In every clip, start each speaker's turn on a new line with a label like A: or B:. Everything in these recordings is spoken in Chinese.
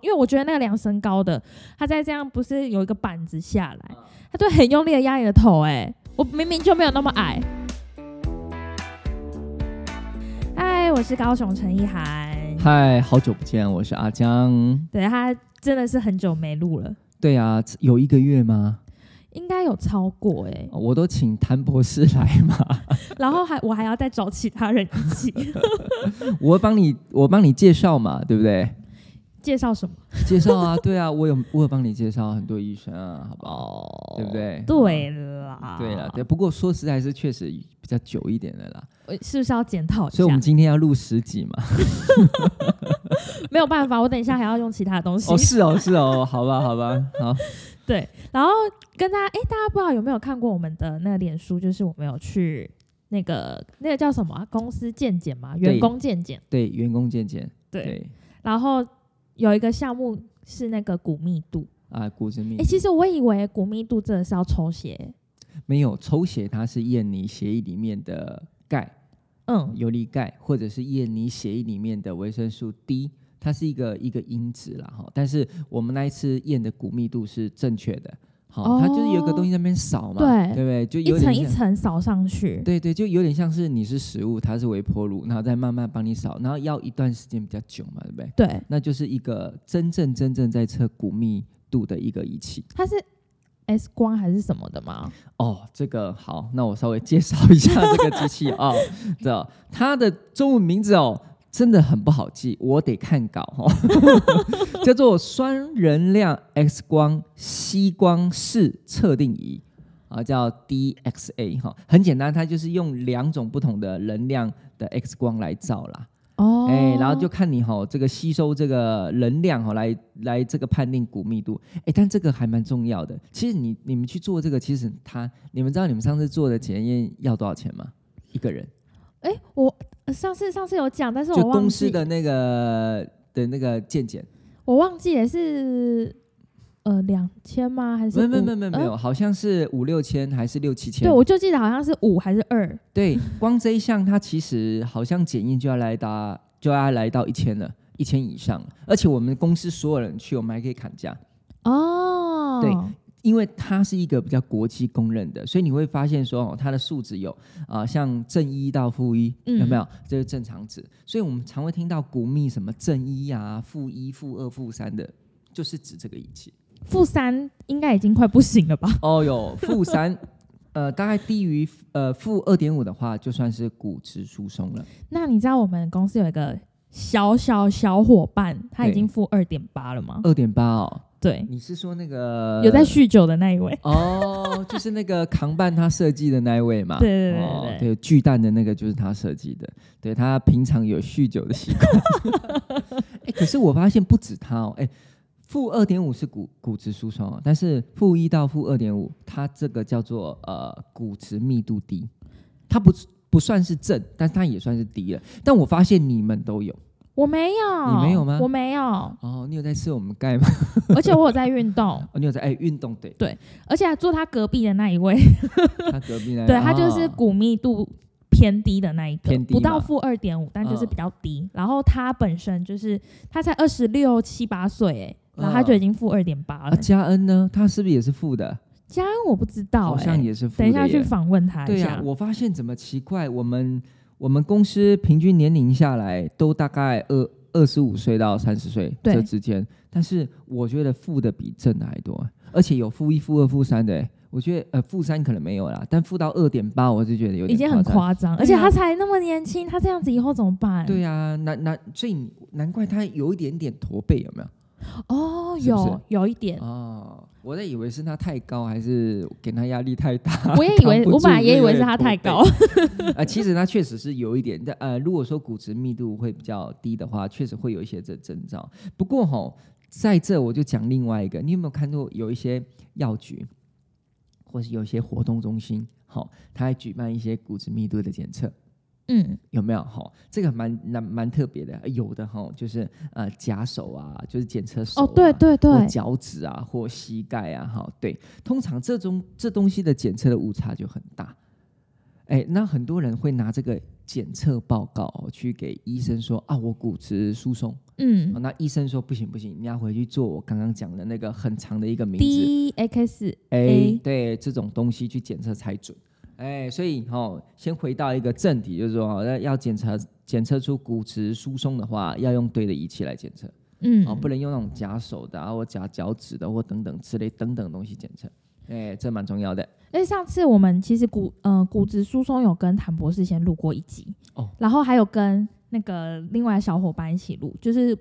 A: 因为我觉得那个量身高的，他在这样不是有一个板子下
B: 嗯
A: 来，他就很用力的压你的头、哎，我明明就没有那么矮。嗨，我是高雄陈意涵，
B: 嗨，好久不见，我是阿江。
A: 对他真的是很久没录了，
B: 对啊，有一个月吗？
A: 应该有超过哎、
B: 我都请谭博士来嘛，
A: 然后还我还要再找其他人一起
B: 我帮你，我帮你介绍嘛，对不对？
A: 介绍什么？
B: 介绍啊， 对啊，我有我有帮你介绍很多医生啊，好不好？
A: 哦
B: 对不？对？
A: 对啦，
B: 对了，对，不过说实在是确实比较久一点的啦，
A: 我呃是不是要检讨一
B: 所以我
A: 下
B: 们？今天要录十集嘛。
A: 没有办法，我等一下还要用其他东西。
B: 哦，是哦，是哦，好吧，好吧，好，
A: 对，然后跟大家，哎，大家不知道有没有看过我们的那个脸书，就是我们有去那个那个叫什么啊、公司健检嘛，员
B: 对
A: 工健检，
B: 对，员工健检，
A: 对，
B: 对
A: 然后有一个项目是那个骨密度，
B: 啊，骨质密
A: 哎，其实我以为骨密度真的是要抽血，
B: 没有抽血，它是验你血液里面的钙。
A: 嗯，
B: 游离钙，或者是液泥血液里面的维生素 D，它是一个一个因子啦哈。但是我们那一次验的骨密度是正确的，好、
A: 哦
B: 它就是有一个东西在那边扫嘛，
A: 对
B: 对不对？就
A: 一
B: 有
A: 层
B: 点
A: 一
B: 像，
A: 层扫上去，
B: 对对，就有点像是你是食物，它是微波炉，然后再慢慢帮你扫，然后要一段时间比较久嘛，对不对？
A: 对，
B: 那就是一个真正真正在测骨密度的一个仪器
A: 它是 X 光还是什么的吗？
B: 哦。这个好，那我稍微介绍一下这个机器哦。这、它的中文名字哦，真的很不好记，我得看稿哦。叫做双能量 X 光吸光室测定仪啊，叫 DXA 哈、很简单，它就是用两种不同的能量的 X 光来照啦。
A: 哦，
B: 哎、然后就看你哈、这个吸收这个能量哈、来来这个判定骨密度。哎，但这个还蛮重要的。其实你你们去做这个，其实它你们知道你们上次做的检验要多少钱吗？一个人
A: 哎，我上次上次有讲，但是
B: 就
A: 我忘
B: 公司
A: 记
B: 的那个的那个健检，
A: 我忘记也是呃两千吗？还是
B: 没有没有
A: 五
B: 没有没有没
A: 呃
B: 有，好像是五六千还是六七千？
A: 对，我就记得好像是五还是二，
B: 对，光这一项它其实好像检验就要来达就要来到一千了，一千以上了。而且我们公司所有人去，我们还可以砍价。
A: 哦，
B: 对因为它是一个比较国际公认的，所以你会发现说哦，它的数值有啊、像正一到负一，
A: 嗯
B: 有没有？这是正常值。所以我们常会听到骨密什么正一啊、负一、负二、负三的，就是指这个仪器。
A: 负三应该已经快不行了吧？
B: 哦哟，负三，呃，大概低于呃负二点五的话，就算是骨质疏松了。
A: 那你知道我们公司有一个小小小伙伴，他已
B: 对
A: 经负二点八了吗？
B: 二点八哦，
A: 对，
B: 你是说那个
A: 有在酗酒的那一位，
B: 哦，就是那个扛办他设计的那一位嘛，
A: 对对对
B: 哦
A: 对
B: 对，巨蛋的那个就是他设计的，对他平常有酗酒的习惯。 哎、可是我发现不止他哦，哎、负二点五是骨骨质疏松哦，但是负一到负二点五，它这个叫做呃骨质密度低，它不不算是正，但是它也算是低了。但我发现你们都有
A: 我没有，
B: 你没有吗，
A: 我没有
B: 哦，你有在吃我们钙吗？
A: 而且我有在运动，
B: 哦，你有在哎运、动对，
A: 而且还坐他隔壁的那一位，
B: 他隔壁那
A: 对他就是
B: 哦
A: 骨密度偏低的那一个，
B: 偏低
A: 不到
B: 嘛
A: 负二点五，但就是
B: 嗯
A: 比较低。然后他本身就是他才二十六七八岁哎，然后他就已经负二点八
B: 啊
A: 了。
B: 嘉恩呢，他是不是也是负的？
A: 嘉恩我不知道
B: 好
A: 哎、
B: 像也是负的
A: 等一下去
B: 耶
A: 访问他一
B: 对
A: 下。
B: 呀、我发现怎么奇怪，我们我们公司平均年龄下来都大概二二十五岁到三十岁
A: 对
B: 这之间，但是我觉得负的比正的还多，而且有负一、负二、负三的耶。我觉得呃负三可能没有啦，但负到二点八，我是觉得有点
A: 已经很
B: 夸
A: 夸张，
B: 张。对
A: 而且
B: 啊
A: 他才那么年轻，他这样子以后怎么办？
B: 对啊，难难，所以你难怪他有一点点驼背，有没有？
A: 哦，
B: 是
A: 有
B: 不是
A: 有一 点，。
B: 哦，我在以为是他太高，还是给他压力太大
A: 我也以为
B: 扛不住
A: 我本来也以为是
B: 就有点
A: 他太
B: 驼背
A: 高，
B: 啊，其实它确实是有一点，但呃，如果说骨质密度会比较低的话，确实会有一些这征兆。不过吼、在这我就讲另外一个，你有没有看到有一些药局，或是有一些活动中心，好、它还举办一些骨质密度的检测，
A: 嗯，
B: 有没有？好、这个蛮蛮蛮特别的，呃有的哈、就是呃假手啊，就是检测手、啊，
A: 哦，对对对，
B: 或脚趾啊，或膝盖啊，哈，对，通常这种这东西的检测的误差就很大。哎，那很多人会拿这个检测报告哦去给医生说啊，我骨质疏松，
A: 嗯
B: 哦那医生说不行不行，你要回去做我刚刚讲的那个很长的一个名字。
A: ，D X
B: A，
A: A
B: 对这种东西去检测才准。哎，所以哦，先回到一个正题，就是说、哦、要要检查检测出骨质疏松的话，要用对的仪器来检测，
A: 嗯
B: 哦，不能用那种夹手的啊，或夹脚趾的，或等等之类等等的东西检测。哎，这蛮重要的。
A: 因为上次我们其实骨呃骨质疏松有跟谭博士先录过一集，
B: 哦
A: 然后还有跟那个另外小伙伴一起录，就是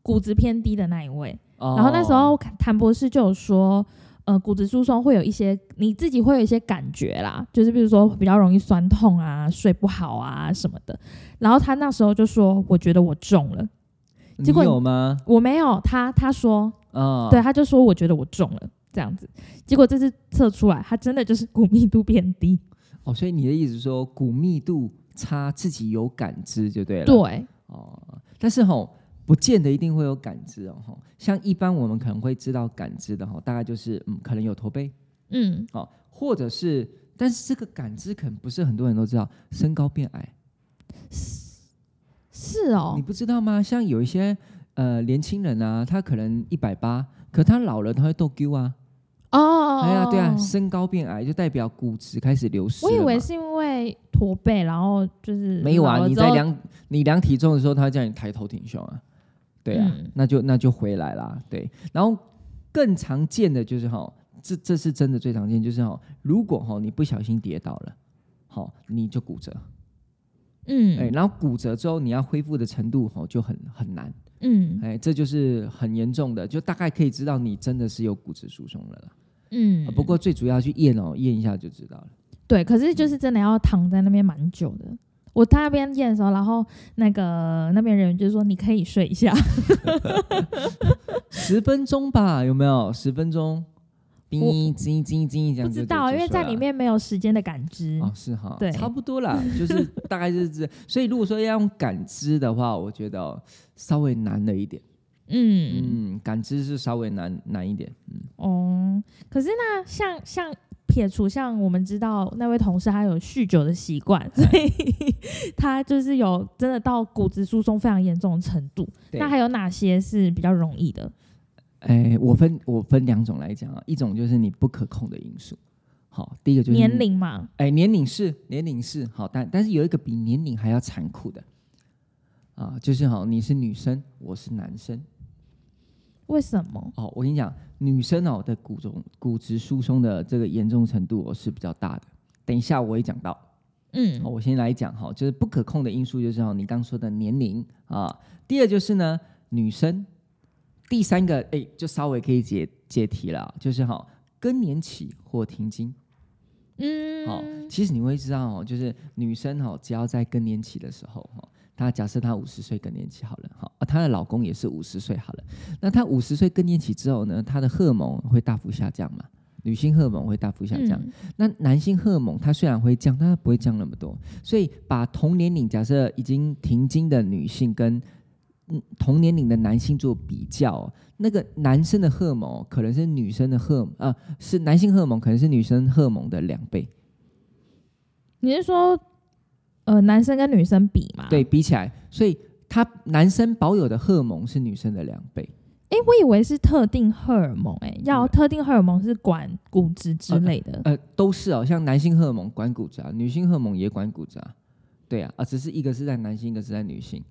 A: 骨质偏低的那一位。
B: 哦、
A: 然后那时候谭博士就有说，呃，骨质疏松会有一些你自己会有一些感觉啦，就是比如说比较容易酸痛啊、睡不好啊什么的。然后他那时候就说，我觉得我中了，
B: 你
A: 结果
B: 有吗？
A: 我没有，他他说
B: 啊、
A: 对，，他就说我觉得我中了这样子。结果这次测出来，他真的就是骨密度变低。
B: 哦，所以你的意思是说骨密度差，自己有感知就对了。
A: 对，
B: 哦，但是吼、不见得一定会有感知哦，吼，像一般我们可能会知道感知的吼、大概就是嗯，可能有驼背
A: 嗯，
B: 哦，或者是，但是这个感知可能不是很多人都知道，身高变矮，
A: 是哦
B: 你，不知道吗？像有一些呃年轻人啊，他可能一百八，可他老了他会斗 Q 啊，
A: 哦，
B: 哎呀对啊，身高变矮就代表骨质开始流失
A: 我
B: 了
A: 以
B: 嘛。
A: 为是因为驼背，然后就是
B: 没有
A: 老
B: 啊，
A: 了
B: 你
A: 之
B: 在
A: 后
B: 量你量体重的时候，他会叫你抬头挺胸啊，对啊，
A: 嗯
B: 那就那就回来啦，对。然后更常见的就是哈，这这是真的最常见，就是哈，如果哈你不小心跌倒了，好你就骨折，
A: 嗯、
B: 哎、然后骨折之后你要恢复的程度哈就很很难，
A: 嗯
B: 哎，这就是很严重的，就大概可以知道你真的是有骨质疏松了啦。啊
A: 嗯，
B: 不过最主要去验哦，验一下就知道了。
A: 对，可是
B: 嗯
A: 就是真的要躺在那边蛮久的。我在那边验的时候，然后那个那边人员就说你可以睡一下，
B: 嗯十分钟吧，有没有？十分钟，叮叮叮叮，这样
A: 不
B: 就
A: 知道，
B: 就
A: 因为
B: 睡啊
A: 在
B: 了
A: 里面没有时间的感知。
B: 哦，是哈，
A: 对
B: 差不多啦，就是大概就是这。所以如果说要用感知的话，我觉得哦稍微难了一点。
A: 嗯，
B: 嗯，感知是稍微难难一点。嗯
A: 哦，可是那像像撇除像我们知道那位同事他有酗酒的习惯，所以 他就是有真的到骨质疏松非常严重的程度。
B: 对
A: 那还有哪些是比较容易的？
B: 哎，我分我分两种来讲啊，一种就是你不可控的因素。好，第一个就是
A: 年，龄嘛，
B: 哎，年龄是年龄是好，但但是有一个比年龄还要残酷的啊，就是好，你是女生，我是男生。
A: 为什么？
B: 哦，我跟你讲，女生哦的骨中骨质疏松的这个严重程度哦是比较大的。等一下我会讲到。哦
A: 嗯
B: 好，我先来讲哈，就是不可控的因素就是哈，你刚说的年龄啊，第二就是呢女生，第三个哎、就稍微可以解解题了，就是哈更年期或停经。
A: 嗯，
B: 好、哦其实你会知道哦，就是女生哦，只要在更年期的时候哈、哦，她假设她五十岁更年期好了，好、啊她的老公也是五十岁好了，那她五十岁更年期之后呢，她的荷尔蒙会大幅下降嘛？女性荷尔蒙会大幅下降，
A: 嗯
B: 那男性荷尔蒙它虽然会降，但它不会降那么多。所以把同年龄假设已经停经的女性跟嗯同年龄的男性做比较哦，那个男生的荷尔蒙哦可能是女生的荷尔呃是男性荷尔蒙可能是女生荷尔蒙的两倍。
A: 你是说，呃，男生跟女生比嘛？
B: 对，比起来，所以他男生保有的荷尔蒙是女生的两倍
A: 诶，我以为是特定荷尔蒙、诶，要
B: 嗯
A: 特定荷尔蒙是管骨质之类的。
B: 呃，都是哦，像男性荷尔蒙管骨质啊，女性荷尔蒙也管骨质啊，对啊，啊，只是一个是在男性，一个是在女性，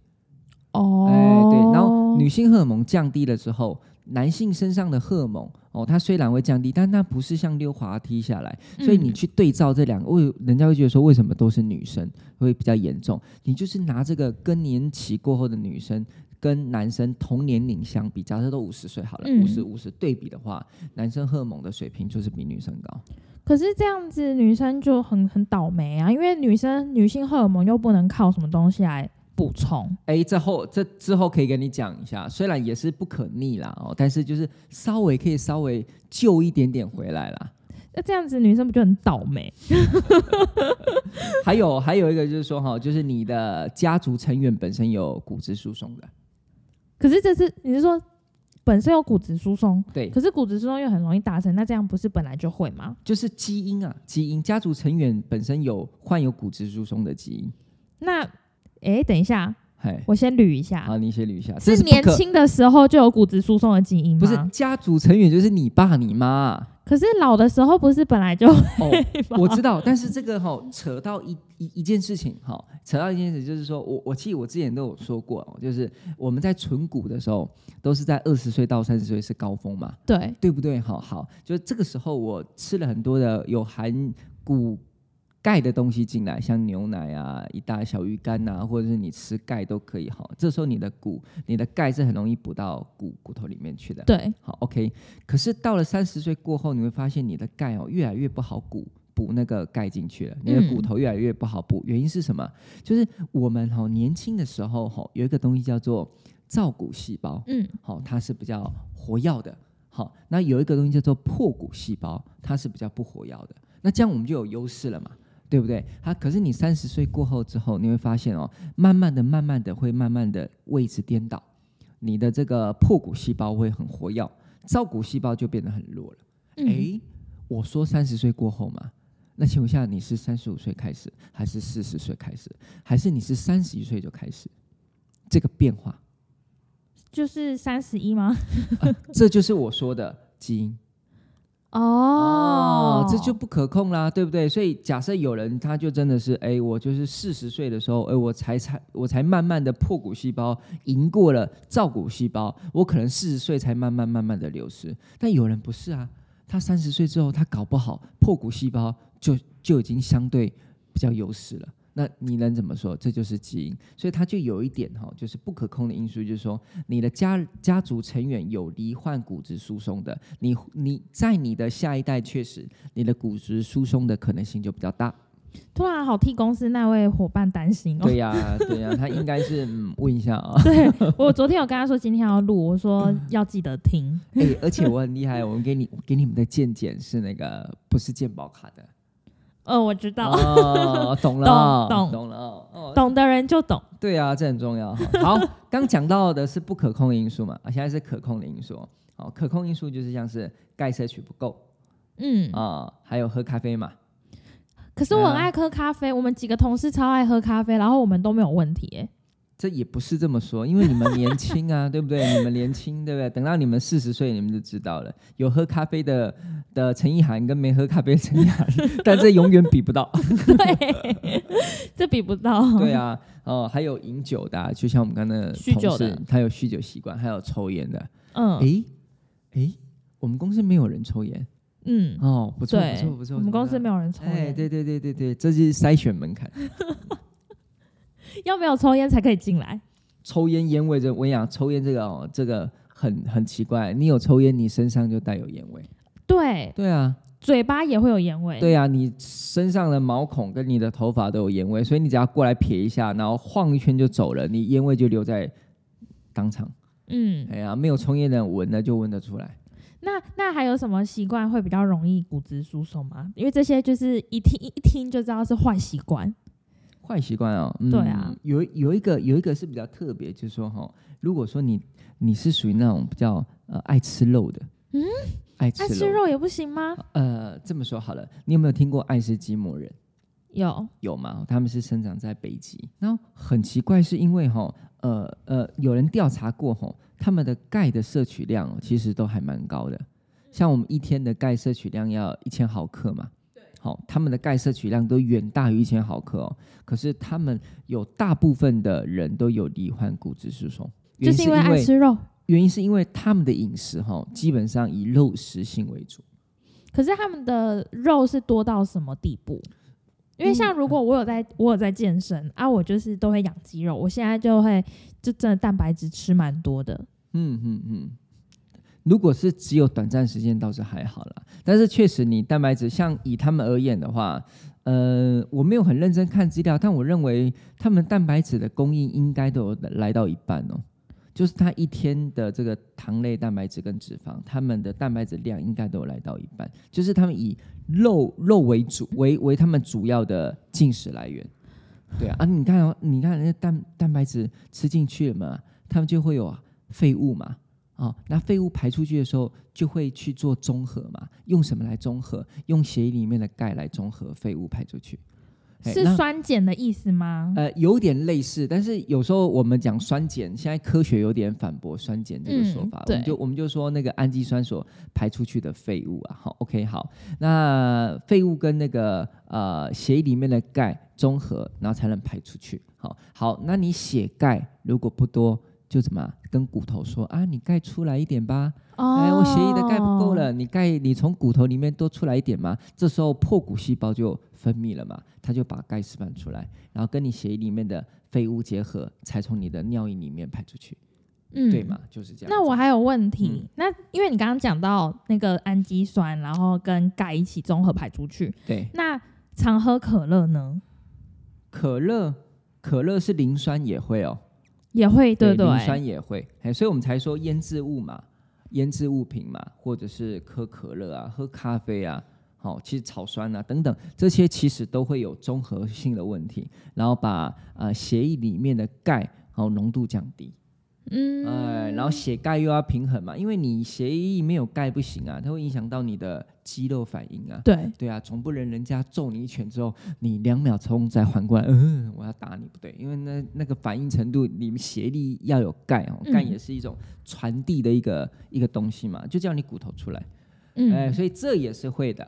A: 哦，
B: 哎，对，然后女性荷尔蒙降低了之后，男性身上的荷尔蒙哦，它虽然会降低，但那不是像溜滑梯下来，所以你
A: 嗯
B: 去对照这两个，为人家会觉得说为什么都是女生会比较严重？你就是拿这个更年期过后的女生跟男生同年龄相比，假设都五十岁好了，
A: 嗯
B: 五十五十对比的话，男生荷尔蒙的水平就是比女生高。
A: 可是这样子女生就很很倒霉啊，因为女生女性荷尔蒙又不能靠什么东西来补充。
B: 哎，这后这之后可以跟你讲一下，虽然也是不可逆啦哦，但是就是稍微可以稍微救一点点回来啦。
A: 那这样子女生不就很倒霉？
B: 还有还有一个就是说哈，就是你的家族成员本身有骨质疏松的，
A: 可是这是你是说本身有骨质疏松，
B: 对，
A: 可是骨质疏松又很容易达成，那这样不是本来就会吗？
B: 就是基因啊，基因家族成员本身有患有骨质疏松的基因。
A: 那诶，等一下，
B: 哎，
A: 我先捋一下，
B: 好，你先捋一下，这
A: 啊是
B: 不
A: 年
B: 可
A: 轻的时候就有骨质疏松的基因吗？
B: 不是家族成员就是你爸你 妈。
A: 可是老的时候不是本来就
B: 哦，
A: 会吗？
B: 我知道，但是这个哈、扯到一一一件事情哈、扯到一件事情就是说我我记得我之前都有说过、哦，就是我们在存股的时候都是在二十岁到三十岁是高峰嘛，
A: 对，
B: 对不对？好好，就这个时候我吃了很多的有含骨钙的东西进来，像牛奶啊、一大小鱼干啊，或者是你吃钙都可以哈。这时候你的骨、你的钙是很容易补到骨骨头里面去的。
A: 对，
B: 好，OK。可是到了三十岁过后，你会发现你的钙哦越来越不好补补那个钙进去了，你的骨
A: 嗯
B: 头越来越不好补。原因是什么？就是我们哈、年轻的时候哈、有一个东西叫做造骨细胞，
A: 嗯，
B: 好、它是比较活跃的。好、那有一个东西叫做破骨细胞，它是比较不活跃的。那这样我们就有优势了嘛，对不对？它可是你三十岁过后之后，你会发现哦，慢慢的、慢慢的会慢慢的位置颠倒，你的这个破骨细胞会很活跃，造骨细胞就变得很弱了。
A: 嗯
B: 诶，我说三十岁过后嘛，那请问一下，你是三十五岁开始，还是四十岁开始，还是你是三十一岁就开始这个变化？
A: 就是三十一吗？
B: 这就是我说的基因
A: 哦，
B: 这就不可控啦，对不对？所以假设有人他就真的是，哎，我就是四十岁的时候，哎，我才才我才慢慢的破骨细胞赢过了造骨细胞，我可能四十岁才慢慢慢慢的流失，但有人不是啊，他三十岁之后，他搞不好破骨细胞就就已经相对比较优势了。那你能怎么说？这就是基因，所以它就有一点哈、就是不可控的因素，就是说你的家家族成员有罹患骨质疏松的，你你在你的下一代确实你的骨质疏松的可能性就比较大。
A: 哦突然好替公司那位伙伴担心哦。
B: 对呀、对呀、他应该是嗯问一下啊、
A: 对我昨天有跟他说今天要录，我说
B: 嗯
A: 要记得听。
B: 哎、而且我很厉害，我们给你我给你们的健检是那个不是健保卡的，
A: 嗯，我知道，
B: 哦，懂了哦，
A: 懂懂
B: 懂了哦，哦，
A: 懂的人就懂。
B: 对啊，这很重要。 好，刚讲到的是不可控的因素嘛，啊，现在是可控的因素。好，可控因素就是像是钙摄取不够
A: 嗯，
B: 啊、还有喝咖啡嘛。
A: 可是我很
B: 对啊
A: 爱喝咖啡，我们几个同事超爱喝咖啡，然后我们都没有问题、 欸。
B: 这也不是这么说，因为你们年轻啊， 对不对？你们年轻，对不对？等到你们四十岁，你们就知道了。有喝咖啡的的陈意涵跟没喝咖啡的陈意涵， 但这永远比 不到。
A: 对， 这比不到。
B: 对啊，哦，还有饮酒的啊、就像我们刚刚的
A: 酗
B: 同
A: 酒的
B: 事，他有酗酒习惯，还有抽烟的。
A: 嗯
B: 诶诶，我们公司没有人抽烟
A: 嗯，
B: 哦，不错不
A: 对
B: 错不错，
A: 我们公司没
B: 有。
A: 有人抽
B: 哎，
A: 烟，
B: 对对对对对，这是筛选门槛。
A: 要没有抽烟才可以进来。
B: 抽烟烟味这，我跟你讲，抽烟这个哦，这个很很奇怪。你有抽烟，你身上就带有烟味。
A: 对，
B: 对啊，
A: 嘴巴也会有烟味。
B: 对啊，你身上的毛孔跟你的头发都有烟味，所以你只要过来撇一下，然后晃一圈就走了，你烟味就留在当场。
A: 嗯，
B: 哎呀，没有抽烟的人闻了就闻得出来。
A: 那那还有什么习惯会比较容易骨质疏松吗？因为这些就是一听一听就知道是坏习惯。
B: 坏习惯哦，嗯、
A: 对啊，
B: 有有一个有一个是比较特别，就是说哈、如果说你你是属于那种比较呃爱吃肉的，
A: 嗯，
B: 爱吃
A: 爱
B: 肉，
A: 吃肉也不行吗？
B: 呃，这么说好了，你有没有听过爱斯基摩人？
A: 有，
B: 有嘛？哦他们是生长在北极。然后很奇怪，是因为哈、呃呃，有人调查过哈、他们的钙的摄取量、哦、其实都还蛮高的。像我们一天的钙摄取量要一千毫克嘛，好、他们的钙摄取量都远大于一千毫克哦。可是他们有大部分的人都有罹患骨质疏松，
A: 就
B: 原因
A: 是
B: 是
A: 因为爱吃肉。
B: 原因是因为他们的饮食哈、基本上以肉食性为主。
A: 可是他们的肉是多到什么地步？因为
B: 嗯
A: 像如果我有在，我有在健身啊，我就是都会养肌肉，我现在就会就真的蛋白质吃蛮多的。
B: 嗯嗯嗯，如果是只有短暂时间倒是还好啦，但是确实你蛋白质像以他们而言的话，呃，我没有很认真看资料，但我认为他们蛋白质的供应应该都有来到一半哦。就是他一天的这个糖类蛋白质跟脂肪，他们的蛋白质量应该都有来到一半，就是他们以肉肉为主为为他们主要的进食来源。对啊，啊你看哦，你看那蛋蛋白质吃进去了嘛，他们就会有废物嘛，哦，那废物排出去的时候就会去做中和嘛，用什么来中和？用血液里面的钙来中和废物排出去。嘿
A: 是
B: 那
A: 酸碱的意思吗？
B: 呃，有点类似，但是有时候我们讲酸碱，现在科学有点反驳酸碱这个说
A: 嗯
B: 法，我
A: 对
B: 们就我们就说那个氨基酸所排出去的废物啊，好，OK，好，那废物跟那个呃血液里面的钙中和，然后才能排出去。好，好，那你血钙如果不多，就怎么啊跟骨头说啊，你钙出来一点吧，
A: 哦，
B: 哎，我血液的钙不够了，你钙你从骨头里面多出来一点嘛，这时候破骨细胞就分泌了嘛，它就把钙释放出来，然后跟你血液里面的废物结合，才从你的尿液里面排出去，
A: 嗯，
B: 对嘛？就是这样子。嗯
A: 那我还有问题，那因为你刚刚讲到那个氨基酸，然后跟钙一起综合排出去，
B: 对
A: 那常喝可乐呢，
B: 可乐，可乐是磷酸也会哦，
A: 也会对不
B: 磷
A: 对？
B: 酸也会，哎，所以我们才说腌制物嘛，腌制物品嘛，或者是喝可乐啊，喝咖啡啊，好、其实草酸啊等等，这些其实都会有综合性的问题，然后把呃血液里面的钙。好浓度降低，
A: 嗯，
B: 哎、然后血钙又要平衡嘛，因为你血液没有钙不行啊，它会影响到你的肌肉反应啊。
A: 对，
B: 对啊，总不能人家揍你一拳之后，你两秒钟再缓过来，嗯，我要打你，不对，因为那那个反应程度，你们协力要有钙哦，钙
A: 嗯
B: 也是一种传递的一个一个东西嘛，就叫你骨头出来，哎、
A: 嗯，
B: 所以这也是会的，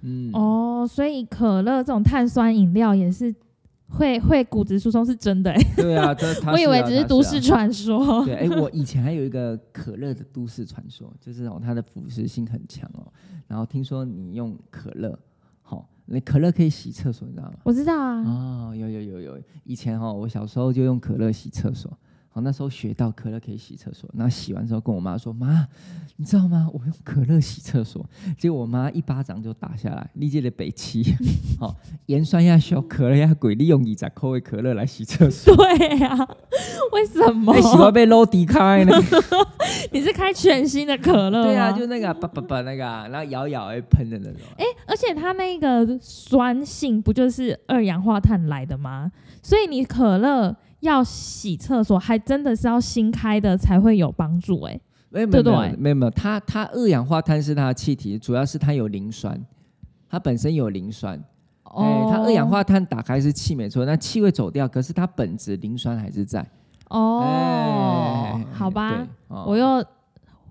B: 嗯，
A: 哦，所以可乐这种碳酸饮料也是会会骨质疏松是真的、欸，
B: 对啊， 这它
A: 我以
B: 啊
A: 为只
B: 它
A: 是
B: 啊
A: 都市传说。
B: 对，哎、我以前还有一个可乐的都市传说，就是哦，它的腐蚀性很强哦，然后听说你用可乐，好、那可乐可以洗厕所，你知道吗？
A: 我知道啊，
B: 哦，有有有有，以前哦，我小时候就用可乐洗厕所。好，那时候学到可乐可以洗厕所，那洗完之后跟我妈说：“妈，你知道吗？我用可乐洗厕所。”结果我妈一巴掌就打下来，理解的北 七。好、哦盐酸亚小可乐呀，鬼利用二十块的可乐来洗厕 所，
A: 对啊， 为什么
B: 哎、？洗完被捞底开呢？
A: 你是开全新的可乐吗？
B: 对啊，就那个叭叭叭那个啊、然后咬咬会喷的那种啊。
A: 哎、而且它那个酸性不就是二氧化碳来的吗？所以你可乐要洗厕所，还真的是要新开的才会有帮助、欸。
B: 没有没有
A: 对
B: 没
A: 对
B: 有没有没有，它它二氧化碳是它的气体，主要是它有磷酸，它本身有磷酸。
A: 哎
B: 哎、它二氧化碳打开是气没错，那气会走掉，可是它本质磷酸还是在。
A: 哦
B: 哎，
A: 好吧
B: 对，哦
A: 我又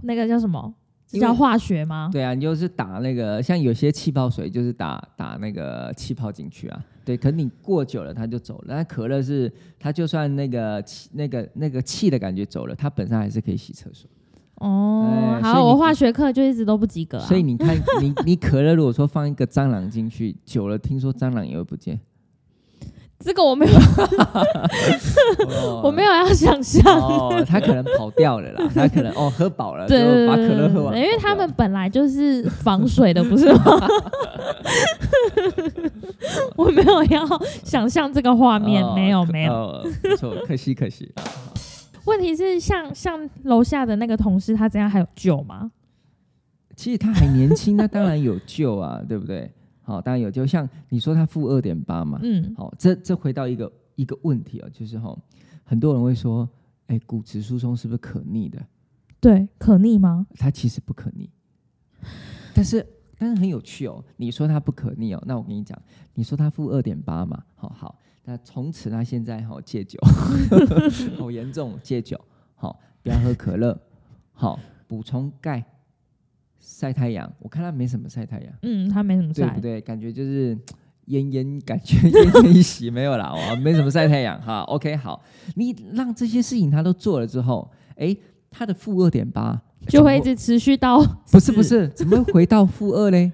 A: 那个叫什么？这
B: 因为
A: 叫化学吗？
B: 对啊，你就是打那个，像有些气泡水就是打打那个气泡进去啊，对，可是你过久了它就走了。那可乐是它就算那个气那个那个气的感觉走了，它本身还是可以洗厕所。
A: 哦
B: 哎，所以
A: 好，
B: 你
A: 我化学课就一直都不及格啊。
B: 所以你看，你你可乐如果说放一个蟑螂进去，久了听说蟑螂也会不 见。
A: 这个我没有，我没
B: 有。
A: 有要想象。
B: 哦，他 可能跑掉了啦，他可能哦喝饱了，就
A: 对对
B: 把
A: 对
B: 可
A: 对
B: 乐
A: 对
B: 喝完跑
A: 对，
B: 掉。
A: 因为他们本来就是防水的，不是吗？我没有要想象这个画面，
B: 哦
A: 没有
B: 可
A: 没有。
B: 哦不错，可惜可惜。啊
A: 问题是像像楼下的那个同事，他怎样还有救吗？
B: 其实他还年轻，那当然有救啊，对不对？好，当然有救。像你说他负二点八嘛，
A: 嗯，
B: 好，这这回到一个一个问题啊，就是哈，很多人会说，哎，骨质疏松是不是可逆的？
A: 对，可逆吗？
B: 它其实不可逆，但是但是很有趣哦。你说它不可逆哦，那我跟你讲，你说它负二点八嘛，好好，那从此他现在好、戒酒， 好严重，哦戒酒，好、不要喝可乐，好、补充钙，晒太阳。我看他没什么晒太阳，
A: 嗯，他没什么
B: 对不
A: 晒。
B: 对？感觉就是。奄奄感觉 奄奄一息没有啦，我没什么晒太阳哈。OK，好，你让这些事情他都做了之后，哎，他的负二点八
A: 就会一直持续到
B: 不是不
A: 死，
B: 是，怎么会回到负二嘞？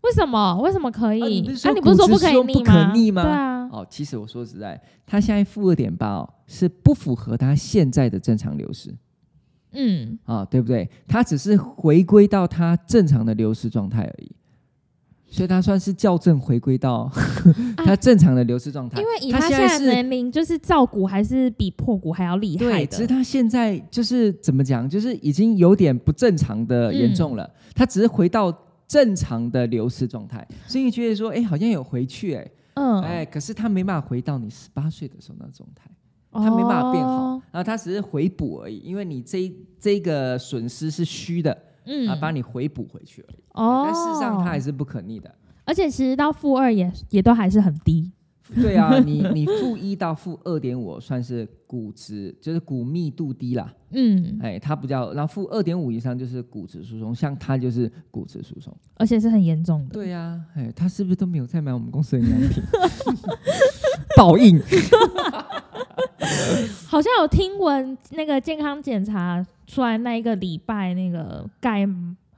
A: 为什么？为什么可以？
B: 啊你不是说
A: 你不是说
B: 骨
A: 不
B: 质
A: 可以
B: 疏松不
A: 逆
B: 可
A: 吗？
B: 逆吗
A: 对啊，
B: 哦，其实我说实在，他现在负二点八哦，是不符合他现在的正常流失
A: 嗯，
B: 啊、对不对？他只是回归到他正常的流失状态而已，所以他算是校正回归到 他正常的流失状态。
A: 啊因为以
B: 他
A: 他
B: 现
A: 现
B: 在
A: 在
B: 是
A: 的年龄，就是照骨还是比破骨还要厉害
B: 对，只是
A: 的。
B: 他现在就是怎么讲，就是已经有点不正常
A: 嗯
B: 的严重了，他只是回到正常的流失状态，所以你觉得说，哎，好像有回去，哎，
A: 嗯，
B: 哎，可是他没办法回到你十八岁的时候那种状态，
A: 他
B: 他没办法变好，
A: 哦、
B: 然后他只是回补而已，因为你这一这个损失是虚的，
A: 嗯，
B: 啊，把你回补回去而已。
A: 哦，
B: 但事实上它还是不可逆的。
A: 而且其实到负二也也都还是很低，
B: 对 啊，你你负一到负二点五算是骨质，就是骨密度低啦。
A: 嗯，
B: 哎，它比较，然后负二点五以上就是骨质疏松，像它就是骨质疏松。
A: 而且是很严重的。
B: 对呀、哎，他是不是都没有在买我们公司的营养品？ 报应。
A: 好像有听闻那个健康检查出来那一个礼拜，那个钙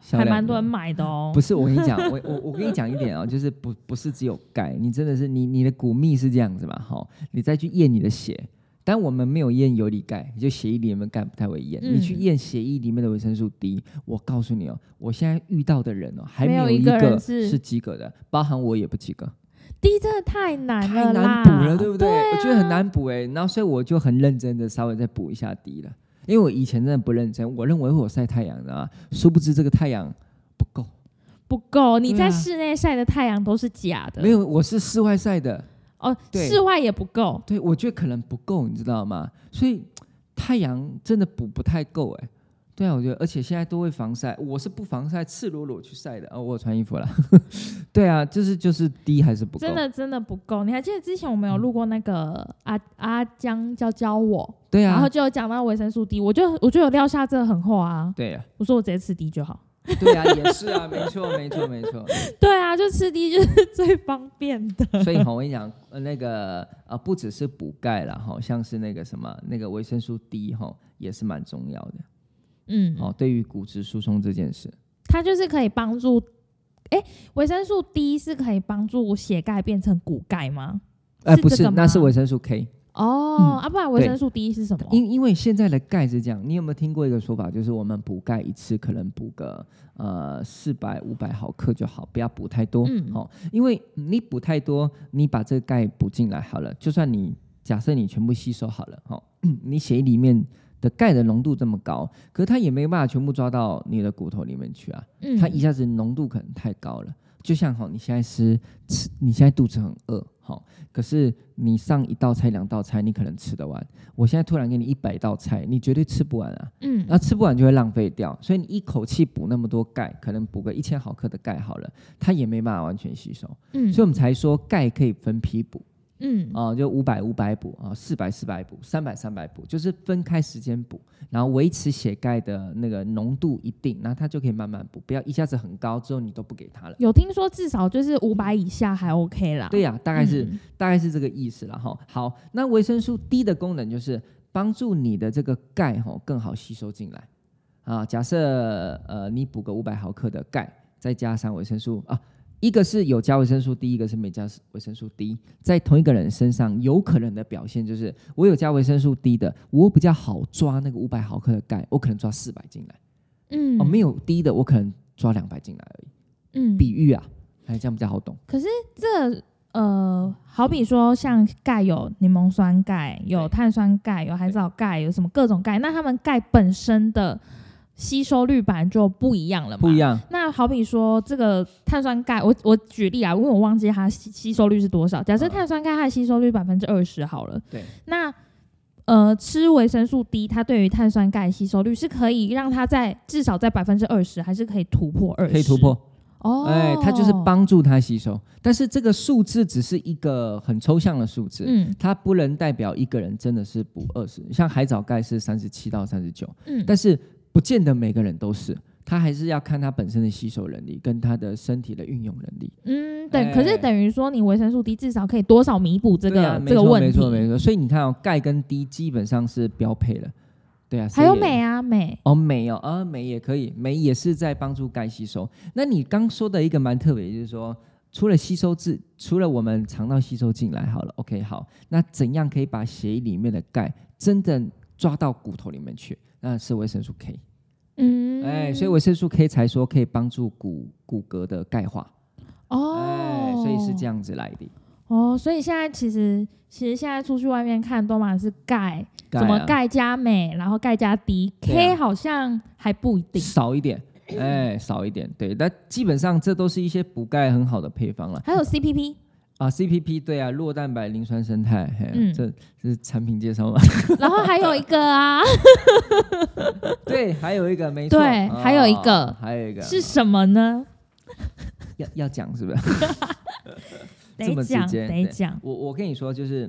B: 销
A: 还
B: 量
A: 蛮多人买的哦
B: 不。是，我跟你讲，我我我跟你讲一点哦，就是不不是只有钙，你真的是你你的骨密是这样子嘛，哈、你再去验你的血，但我们没有验游离钙，就血液里面钙不太会验，你去
A: 嗯
B: 验血液里面的维生素 D，我告诉你哦，我现在遇到的人哦，还
A: 没有
B: 有
A: 一
B: 一
A: 个人
B: 个
A: 是
B: 是及格的，包含我也不及格，
A: 第一真的太难
B: 太
A: 了啦，
B: 难补了，对不对？
A: 啊
B: 我觉得很难补哎、然后所以我就很认真的稍微再补一下 D 了，因为我以前真的不认真，我认为我晒太阳的啊，殊不知这个太阳不够。
A: 不够。你
B: 对
A: 在
B: 啊
A: 室内晒的太阳都是假的，
B: 没有，我是室外晒的。
A: 哦，
B: 对
A: 室外也不够。
B: 对，我觉得可能不够，你知道吗？所以太阳真的补不太够哎、对啊，我觉得，而且现在都会防晒，我是不防晒，赤裸裸去晒的。哦，我有穿衣服了。 对啊，就是就是低还是不够。
A: 真的真的不够，你还记得之前我们有录过那个阿阿江教教我，
B: 对
A: 然后
B: 啊，
A: 就有讲到维生素 D，我就我就有撂下这个狠话啊，
B: 对啊，
A: 我说我直接吃 D 就好。
B: 对啊，也是啊， 没错，没错，没错。
A: 对啊，就吃 D 就是 最方便的。
B: 所以哈，我跟你讲，呃那个呃，不只是补钙啦，哈，像是那个什么那个维生素 D 哈，也是蛮重要的。
A: 嗯，
B: 哦，对于骨质疏松这件事，
A: 它就是可以帮助，哎，维生素 D 是可以帮助血钙变成骨钙吗？
B: 哎、
A: 是
B: 不
A: 这
B: 是
A: 个，
B: 那是
A: 吗
B: 维生素 K。
A: 哦，
B: 嗯
A: 啊，不然维生素 D 是什么？
B: 因因为现在的钙是这样，你有没有听过一个说法，就是我们补钙一次可能补个呃四百五百毫克就好，不要补太多。
A: 嗯
B: 哦，因为你补太多，你把这个钙补进来好了，就算你假设你全部吸收好了，哦， 你血液里面的钙的浓度这么高，可是它也没办法全部抓到你的骨头里面去啊，
A: 嗯
B: 它一下子浓度可能太高了。就像哈，你现在吃吃，你现在肚子很饿，好，可是你上一道菜两道菜你可能吃得完，我现在突然给你一百道菜，你绝对吃不完啊，
A: 嗯
B: 那吃不完就会浪费掉，所以你一口气补那么多钙，可能补个一千毫克的钙好了，它也没办法完全吸收，
A: 嗯
B: 所以我们才说钙可以分批补
A: 嗯
B: 啊、就五百五百补啊，四百四百补，三百三百补，就是分开时间补，然后维持血钙的那个浓度一定，那它就可以慢慢补，不要一下子很高之后你都不给它了。
A: 有听说至少就是五百以下还 OK 啦。
B: 对呀、啊大概是、
A: 嗯
B: 大概是这个意思了哈。好，那维生素 D 的功能就是帮助你的这个钙哈更好吸收进来啊。假设呃你补个五百毫克的钙，再加上维生素啊，一个是有加维生素 D，一个是没加维生素 D，在同一个人身上有可能的表现就是，我有加维生素 D 的，我比较好抓那个五百毫克的钙，我可能抓四百进来，
A: 嗯
B: 哦没有 D 的，我可能抓两百进来而已。
A: 嗯
B: 比喻啊，哎这样比较好懂。
A: 可是这呃，好比说像钙有柠檬酸钙，有
B: 对
A: 碳酸钙，有海藻钙，有什么各种钙，那它们钙本身的吸收率本来就不一样了嘛。
B: 不一。样，
A: 那好比说这个碳酸钙，我我举例啊，因为我忘记它吸吸收率是多少。假设
B: 嗯
A: 碳酸钙它的吸收率百分之二十好了，
B: 对，
A: 那呃吃维生素 D，它对于碳酸钙的吸收率是可以让它在至少在百分之二十，还是可以突破二十？
B: 可以突破。
A: 哦，
B: 哎，它就是帮助它吸收，但是这个数字只是一个很抽象的数字，
A: 嗯
B: 它不能代表一个人真的是补二十，像海藻钙是三十七到三十九，
A: 嗯，
B: 但是不见得每个人都是，它还是要看它本身的吸收能力跟它的身体的运用能力。
A: 嗯，等，
B: 哎
A: 可是等于说你维生素 D 至少可以多少弥补这
B: 对
A: 个、
B: 啊、
A: 这个问题？
B: 没错没错没错，所以你看哦，钙跟 D 基本上是标配了，对啊，
A: 还有
B: 所以也
A: 镁啊，镁，
B: 哦，镁哦，啊，镁也可以，镁也是在帮助钙吸收。那你刚说的一个蛮特别，就是说，除了吸收自，除了我们肠道吸收进来好了，OK，好，那怎样可以把血液里面的钙真的抓到骨头里面去？那是维生素 K，
A: 嗯，
B: 哎，所以维生素 K 才说可以帮助骨骨骼的钙化，
A: 哦、
B: 哎，所以是这样子来的。
A: 哦，所以现在其实其实现在出去外面看都嘛是钙，
B: 钙
A: 什么
B: 啊
A: 钙加镁，然后钙加 D、
B: 对
A: K
B: 啊
A: 好像还不一 定，
B: 少一点，哎，少一点，对，但基本上这都是一些补钙很好的配方了。
A: 还有 CPP，
B: 啊，CPP 对啊，酪蛋白磷酸生态，嘿
A: 嗯
B: 这这是产品 介绍吗？
A: 然后还有一个 啊
B: 对，还有一个没错，
A: 对
B: 啊
A: 还有一个
B: 还有一个啊
A: 是什么呢？
B: 要要讲是不是？这
A: 得
B: 么直
A: 讲
B: 接
A: 得
B: 对
A: 讲，
B: 我我跟你说，就是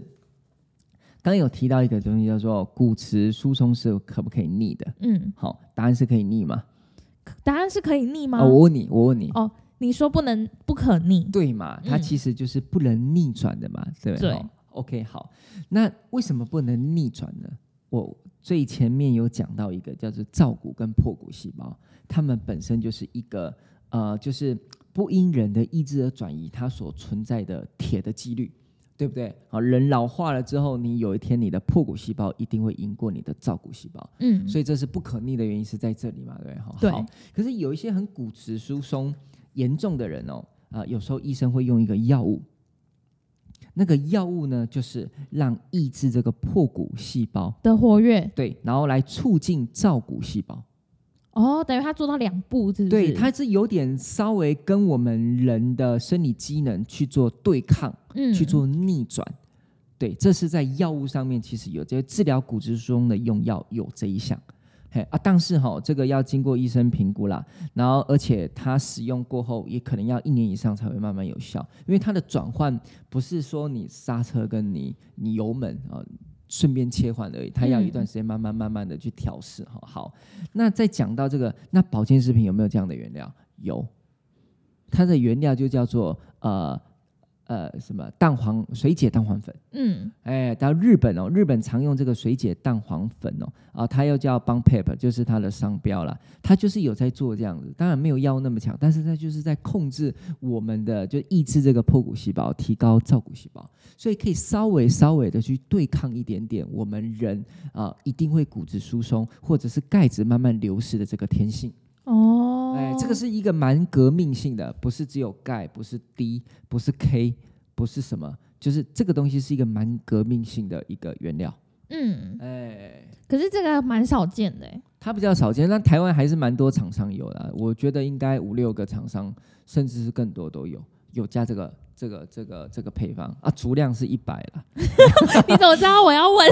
B: 刚刚有提到一个东西叫做骨质疏松是可不可以逆的？
A: 嗯，
B: 好，答案是可以逆嘛？
A: 答案是可以逆吗？
B: 啊、我问你，我问你，
A: 哦你说不能不可逆，
B: 对嘛？它
A: 嗯
B: 其实就是不能逆转的嘛，对不
A: 对
B: 哦 OK，好，那为什么不能逆转呢？我最前面有讲到一个叫做造骨跟破骨细胞，它们本身就是一个呃，就是不因人的意志而转移它所存在的铁的几率，对不对？好，人老化了之后，你有一天你的破骨细胞一定会赢过你的造骨细胞。
A: 嗯，
B: 所以这是不可逆的原因是在这里嘛，对不对？好
A: 对
B: 好，可是有一些很骨质疏松严重的人哦，啊，有时候医生会用一个药物，那个药物呢，就是让抑制这个破骨细胞，
A: 的活跃
B: 对，然后来促进造骨细胞。
A: 哦，等于他做到两步，是不是？
B: 对，它是有点稍微跟我们人的生理机能去做对抗，
A: 嗯
B: 去做逆转。对，这是在药物上面其实有这些治疗骨质疏松的用药有这一项。嘿啊，但是哈、这个要经过医生评估啦，然后而且它使用过后也可能要一年以上才会慢慢有效，因为它的转换不是说你刹车跟你你油门啊、呃顺便切换而已，它要一段时间慢慢慢慢的去调试哈。好，那再讲到这个，那保健食品有没有这样的原料？有，它的原料就叫做呃呃什么蛋黄水解蛋黄粉。
A: 嗯
B: 哎，到日本哦，日本常用这个水解蛋黄粉哦，啊，它又叫 b a n p a p 就是它的商标啦。它就是有在做这样子，当然没有药物那么强，但是它就是在控制我们的，就抑制这个破骨细胞，提高造骨细胞，所以可以稍微稍微的去对抗一点点我们人啊、一定会骨质疏松或者是钙质慢慢流失的这个天性。
A: 哦，
B: 哎，这个是一个蛮革命性的，不是只有钙，不是 D，不是 K，不是什么，就是这个东西是一个蛮革命性的一个原料。
A: 嗯，
B: 哎，
A: 可是这个蛮少见的欸，
B: 它比较少见，但台湾还是蛮多厂商有的，我觉得应该五六个厂商，甚至是更多都有有加这个这个这个这个配方啊，足量是一百啦。
A: 你怎么知道我要 问？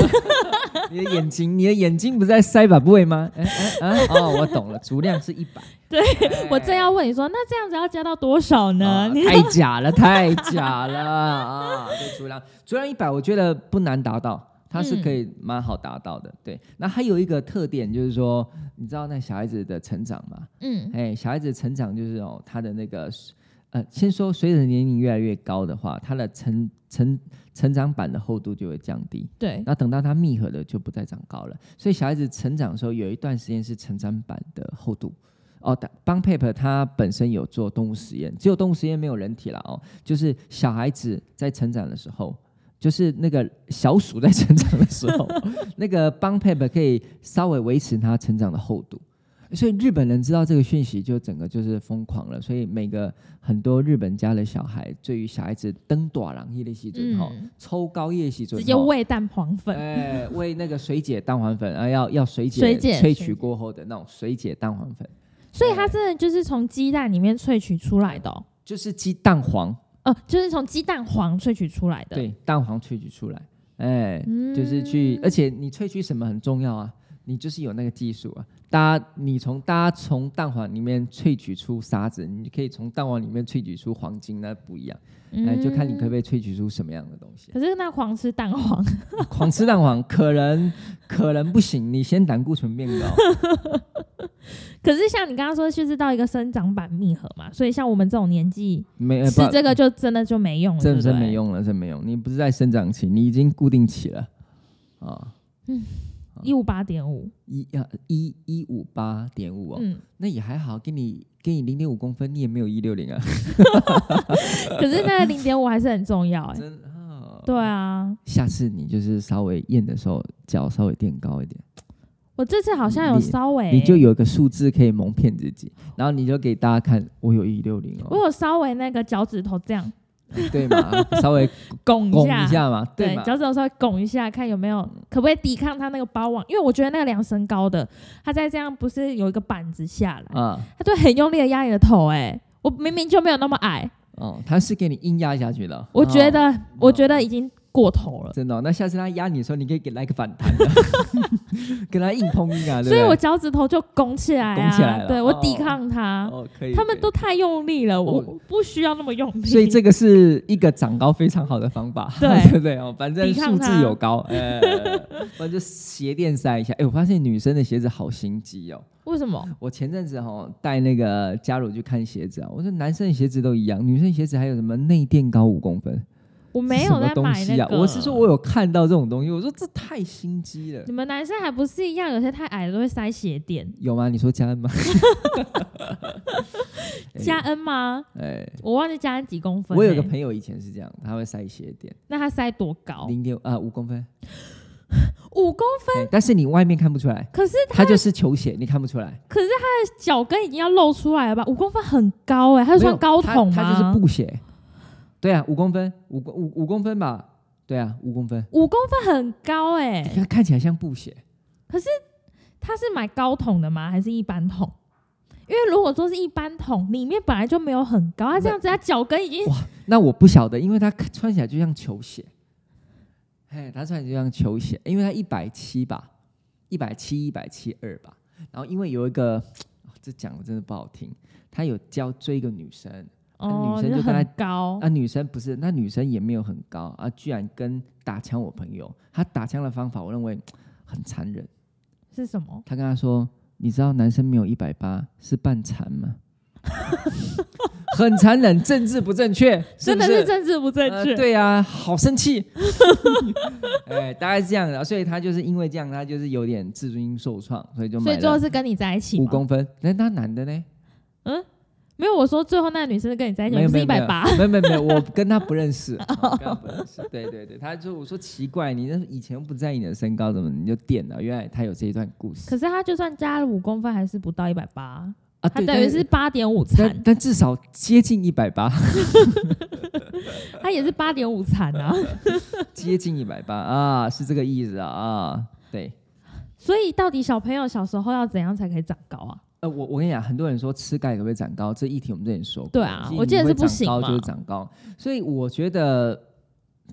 B: 你的眼睛，你的眼睛不是在塞把位吗？哎哎哎，哦，我懂了，足量是一百。
A: 对
B: 哎
A: 我正要问你说，那这样子要加到多少
B: 啊
A: 呢？你
B: 太假了，太假了啊！对，足量足量一百，我觉得不难达到，它
A: 嗯
B: 是可以蛮好达到的。对，那还有一个特点就是说，你知道那小孩子的成长嘛？
A: 嗯
B: 哎，小孩子成长就是哦，他的那个呃，先说随着年龄越来越高的话，他的成成成长板的厚度就会降低。
A: 对，
B: 那等到它密合了，就不再长高了。所以小孩子成长的时候，有一段时间是成长板的厚度。哦，邦佩普它本身有做动物实验，只有动物实验没有人体啦。哦，就是小孩子在成长的时候，就是那个小鼠在成长的时 候，那个邦佩普可以稍微维持它成长的厚度。所以日本人知道这个讯息，就整个就是疯狂了。所以每个很多日本家的小孩，对于小孩子登短郎一类时准吼，
A: 嗯
B: 抽高叶时准
A: 直接
B: 吼
A: 喂蛋黄粉，
B: 哎，为那个水解蛋黄粉，啊，要要水解
A: 水解
B: 萃
A: 水
B: 取
A: 解
B: 过后的那种水解蛋黄粉，
A: 所以它真的就是从鸡蛋里面萃取出来的哦，
B: 就是鸡蛋黄，
A: 呃，就是从鸡蛋黄萃取出来的，，
B: 对，蛋黄萃取出来，哎，
A: 嗯
B: 就是去，而且你萃取什么很重要啊，你就是有那个技术啊。大家，你从大家从蛋黄里面萃取出沙子，你可以从蛋黄里面萃取出黄金，那不一样。哎，就看你可
A: 以。
B: 不可以萃取出什么样的东西。
A: 嗯 可是那狂吃蛋黄，
B: 狂吃蛋黄可能可能不行，你先胆固醇变高。
A: 可是像你刚刚说，就是到一个生长板密合嘛，所以像我们这种年纪
B: 没，呃
A: 吃
B: 不
A: 这个就真的就没用了，哦对
B: 这
A: 不
B: 真
A: 对
B: 没。用了，真没用。你不是在生长期，你已经固定期了啊，
A: 一五八点五，
B: 一啊一一五八点五哦，
A: 嗯，
B: 那也还好，给你给你零点五公分，你也没有一六零啊，
A: 可是那零点五还是很重要 哎、
B: 真啊。
A: 对啊，
B: 下次你就是稍微验的时候，脚稍微垫高一点，
A: 我这次好像有
B: 你
A: 稍微，
B: 你就有一个数字可以蒙骗自己，然后你就给大家看，我有一六零
A: 我
B: 哦，
A: 有稍微那个脚趾头这样
B: 对嘛？ 稍微
A: 拱
B: 拱
A: 一
B: 一
A: 下，
B: 下嘛，
A: 对，
B: 嘛？嗯
A: 脚趾头稍微拱一下，看有没有可不可以抵抗它那个包网，因为我觉得那个量身高的，它再这样不是有一个板子下来，
B: 啊
A: 它就很用力的压你的头、哎，
B: 啊
A: 我明明就没有那么矮，
B: 哦，他是给你硬压下去的，
A: 我觉
B: 哦
A: 得，我觉得已经过头了，
B: 真的哦、那下次他压你的时候，你可以给他一个反弹的，啊 给他硬碰硬啊，对不对
A: 所以我脚趾头就拱起来啊，
B: 拱起来了
A: 对我
B: 哦
A: 抵抗它。
B: 哦可以，
A: 啊他们
B: 可以
A: 都太用力了，我
B: 哦
A: 不需要那么用力。
B: 所以这个是一个长高非常好的方法，
A: 对
B: 不 对？哦，反正
A: 抵抗
B: 数
A: 它
B: 字有高，呃，反正就鞋垫塞一下。哎，我发现女生的鞋子好心机哦。
A: 为什么？
B: 我前阵子哈、哦、带那个嘉茹去看鞋子啊，我说男生的鞋子都一样，女生鞋子还有什么内垫高五公分，
A: 我没
B: 什
A: 有
B: 么
A: 在
B: 东
A: 买
B: 西
A: 那
B: 啊
A: 个。
B: 我是说我有看到这种东西，我说这太心机了
A: 你。们男生还不是一样，有些太矮的都会塞鞋垫。
B: 有吗？你说嘉恩 吗？哎
A: 加恩吗？
B: 哎，
A: 我忘记加恩几公分、
B: 我有个
A: 友，
B: 朋友以前是这样，他会塞鞋垫，
A: 那他塞多高？
B: 零点啊五公分，
A: 五公哦分。
B: 哎但是你外面看不出来。
A: 可是
B: 它就是球鞋，你看不出来。
A: 可是他的脚跟已经要露出来了吧？五公分很高哎、他是
B: 没
A: 穿
B: 有
A: 高筒吗？
B: 它它就是布鞋。对啊，五公分，五公五五公分吧。对啊，五公分，
A: 五公分很高哎、
B: 它看起来像布鞋。
A: 他是买高筒的吗？还是一般筒？因为如果说是一般筒，里面本来就没有很高，他这样子，他脚跟已经
B: 哇那我不晓得，因为它看穿起来就像球鞋。哎，它穿起来就像球鞋，因为它一百七吧，一百七一百七二吧。然后因为有一个，啊这讲的真的不好听，他有教追一个女生，
A: 哦，
B: 女生
A: 就
B: 就跟他
A: 很高
B: 啊，女生不是，那女生也没有很高啊，居然跟打枪我朋友，他打枪的方法我认为嗯很残忍。
A: 是什么？
B: 他跟他说：“你知道男生没有一百八是半残吗？” 很残忍，政治不正确，
A: 真的
B: 不
A: 是政治不正
B: 呃
A: 确。
B: 对啊，好生气。 哎，大概是这样的，所以他就是因为这样，他就是有点自尊心受创，所以就
A: 所
B: 买
A: 以最后
B: 了
A: 是跟你在一起
B: 五
A: 吗？
B: 公分。那那男的呢？
A: 没有，我说最后那个女生是跟你在一起，
B: 没有
A: 不
B: 没
A: 是一
B: 有
A: 百八，
B: 没有没有没有，我跟他不 认识，我跟他不认识。对对对，他就我说奇怪，你那以前不在意你的身高，怎么你就垫了？原来他有这一段故事
A: 可是他就算加了五公分，还是不到一百八，
B: 啊，
A: 他
B: 对，
A: 等于是八点五
B: 但
A: 残
B: 但，但至少接近一百八，
A: 他也是八点五残 啊。
B: 接近一百八啊，是这个意思啊啊，对。
A: 所以到底小朋友小时候要怎样才可以长高啊？
B: 呃，我我跟你讲，很多人说吃钙可不可以长高，这议题我们之前说过。
A: 对啊
B: 其实
A: 我记得
B: 你
A: 是
B: 会
A: 不行
B: 长高就是
A: 嘛
B: 长高，所以我觉得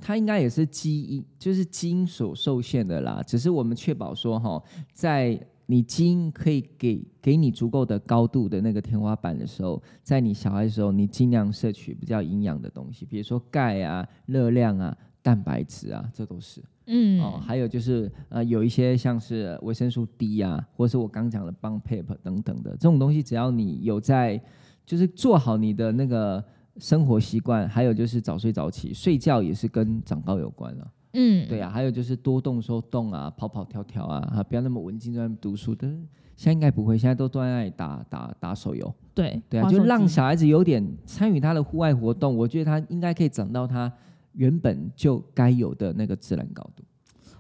B: 它应该也是基因，就是基因所受限的啦。只是我们确保说哈，在你基因可以给给你足够的高度的那个天花板的时候，在你小孩的时候，你尽量摄取比较营养的东西，比如说钙啊、热量啊、蛋白质啊，这都是。
A: 嗯，
B: 哦，还有就是呃，有一些像是维生素 D 啊，或是我刚讲的 b o n p a p 等等的这种东西，只要你有在，就是做好你的那个生活习惯，还有就是早睡早起，睡觉也是跟长高有关了、
A: 嗯，
B: 对啊，还有就是多动说动啊，跑跑跳跳啊，啊不要那么文静在那边读书但是现在应该不会，现在都都在那里打打打手游。
A: 对
B: 对
A: 滑
B: 啊，就
A: 手机
B: 让小孩子有点参与他的户外活动，我觉得他应该可以长到他原本就该有的那个自然高度。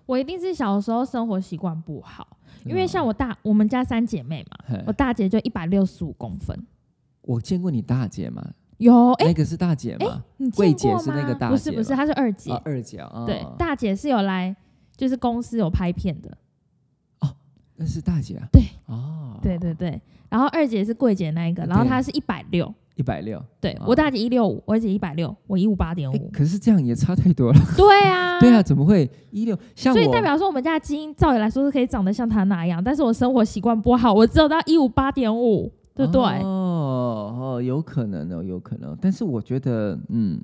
A: 我一定是小时候生活习惯不好，因为
B: 嗯
A: 像我大我们家三姐妹嘛，
B: 嘿
A: 我大姐就一百六十五公分，
B: 我见过你大姐嘛，
A: 有哎、
B: 那个是大姐嘛，
A: 你见
B: 贵姐
A: 过
B: 是那个
A: 吗
B: 大
A: 不是
B: 姐
A: 不是，
B: 吧
A: 她是二姐，
B: 啊，二姐啊，
A: 对，大姐是有来就是公司有拍片的，
B: 那是大姐啊，
A: 对，
B: 哦，
A: 对，对对，然后二姐是柜姐那一个，然后她是一百六，
B: 一百六，
A: 对
B: 啊
A: 我大姐一六五，我二姐一百六，我一五八点
B: 哎
A: 五，
B: 可是这样也差太多了，
A: 对啊，
B: 对啊，，怎么会一六？像
A: 所以代
B: 我，
A: 表说我们家的基因照理来说是可以长得像她那样，但是我生活习惯不好，我只有到一五八点五，对不对？
B: 哦哦，有可能哦，有可能哦，但是我觉得，嗯。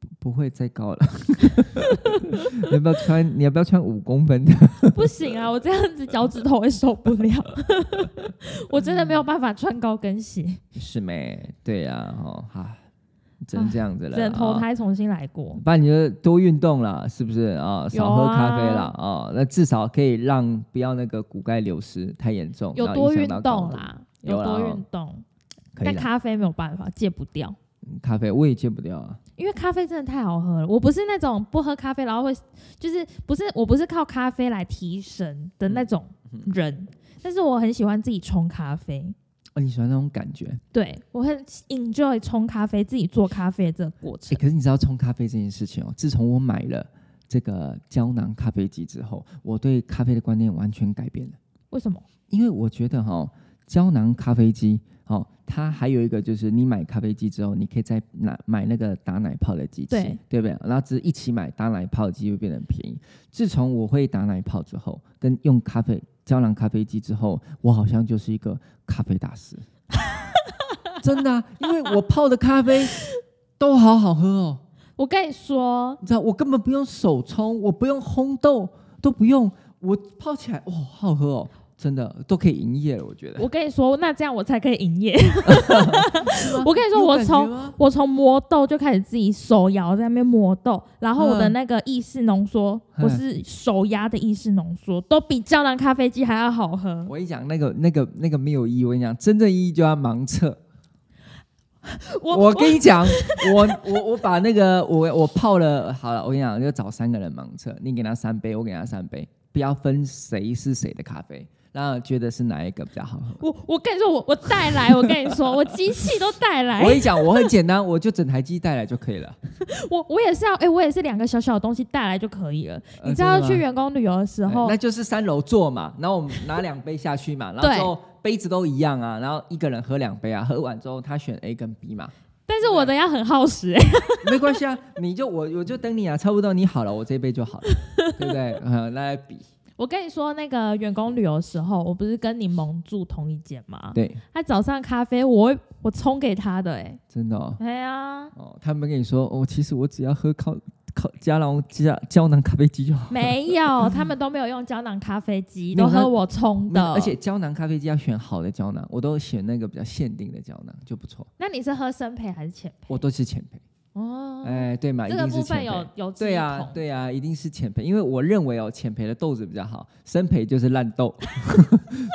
B: 不不会再高了， 你要不要穿？你要不要穿五公分的？
A: 不行啊，我这样子脚趾头会受不 了，我真的没有办法穿高跟鞋，
B: 是没？对呀、啊，哦，哈，只能这样子
A: 只
B: 了。
A: 能投
B: 啊
A: 胎重新来过。
B: 不然你就多运动啦，是不是啊？少喝咖啡啦，啊、那至少可以让不要那个骨钙流失太严重，
A: 有
B: 然后
A: 多
B: 影响
A: 运
B: 到
A: 动
B: 高度，
A: 啦，
B: 有
A: 有
B: 啦
A: 多
B: 哦
A: 运动，
B: 可以
A: 但
B: 啦。
A: 咖啡没有办法戒不掉，
B: 嗯咖啡我也戒不掉啊，
A: 因为咖啡真的太好喝了。我不是那种不喝咖啡然后会，就是不是我不是靠咖啡来提神的
B: 嗯
A: 那种人，但是我很喜欢自己冲咖啡。
B: 哦，你喜欢那种感觉？
A: 对，我很 enjoy 冲咖啡，自己做咖啡的这个过
B: 哎、
A: 程。
B: 可是你知道冲咖啡这件事情哦，自从我买了这个胶囊咖啡机之后，我对咖啡的观念完全改变了，
A: 为什么？
B: 因为我觉得哈、胶囊咖啡机。哦，它还有一个就是你买咖啡机之后，你可以再拿买那个打奶泡的机器，
A: 对
B: 不对？然后只是一起买打奶泡的机器会变得很便宜。自从我会打奶泡之后，跟用咖啡胶囊咖啡机之后，我好像就是一个咖啡大师。真的啊、因为我泡的咖啡都好好喝哦。
A: 我跟你 说，
B: 你知道，我根本不用手冲，我不用烘豆，都不用，我泡起来，哇、好喝哦，真的都可以营业了，我觉得。
A: 我跟你说，那这样我才可以营业。 我跟你说，
B: 有
A: 我
B: 感觉
A: 从
B: 吗
A: 我从磨豆就开始自己手摇在那边磨豆，然后我的
B: 嗯
A: 那个意式浓缩，
B: 嗯
A: 我是手压的意式浓缩，都比胶囊咖啡机还要好喝。
B: 我跟你讲，那个、那个、那个没有意义。我跟你讲，真正意义就要盲测。
A: 我
B: 我跟你讲，我我我把那个我我泡了好了，我跟你讲，就找三个人盲测，你给他三杯，我给他三杯，不要分谁是谁的咖啡，然后觉得是哪一个比较好喝。
A: 我我跟你说，我我带来，我跟你 说，我机器都带来
B: 我，跟你讲，我很简单，我就整台机带来就可以了。
A: 我我也是要，哎、我也是两个小小的东西带来就可以了。
B: 呃
A: 你知道
B: 真的吗
A: 去员工旅游的时
B: 哎
A: 候
B: 那，就是三楼坐嘛，然后我们拿两杯下去嘛，然后
A: 对
B: 之后杯子都一样啊，然后一个人喝两杯啊，喝完之后他选 A 跟 B 嘛，
A: 但是我的要很耗时、哎
B: 没关系啊，你就我我就等你啊，差不多你好了，我这一杯就好了， 对不对？嗯，来比，
A: 我跟你说，那个员工旅游的时候，我不是跟你盟住同一间吗？
B: 对，
A: 他早上咖啡我会我冲给他的、哎，
B: 真的哦，
A: 哎呀，
B: 哦，他们跟你说，哦，其实我只要喝靠靠加囊加胶囊咖啡机就好，
A: 没有， 他们都没有用胶囊咖啡机，
B: 没有
A: 都
B: 那
A: 喝我冲的。
B: 而且，胶囊咖啡机要选好的胶囊，我都选那个比较限定的胶囊就不错，
A: 那你是喝生培还是浅培？
B: 我都是浅焙，
A: 哦，
B: 哎，对嘛，
A: 这
B: 一
A: 个
B: 定
A: 部
B: 是
A: 分
B: 浅焙
A: 有。有志
B: 对
A: 一
B: 呀、
A: 同
B: 对呀、一定是浅培，因为我认为哦，浅培的豆子比较好，深培就是烂豆。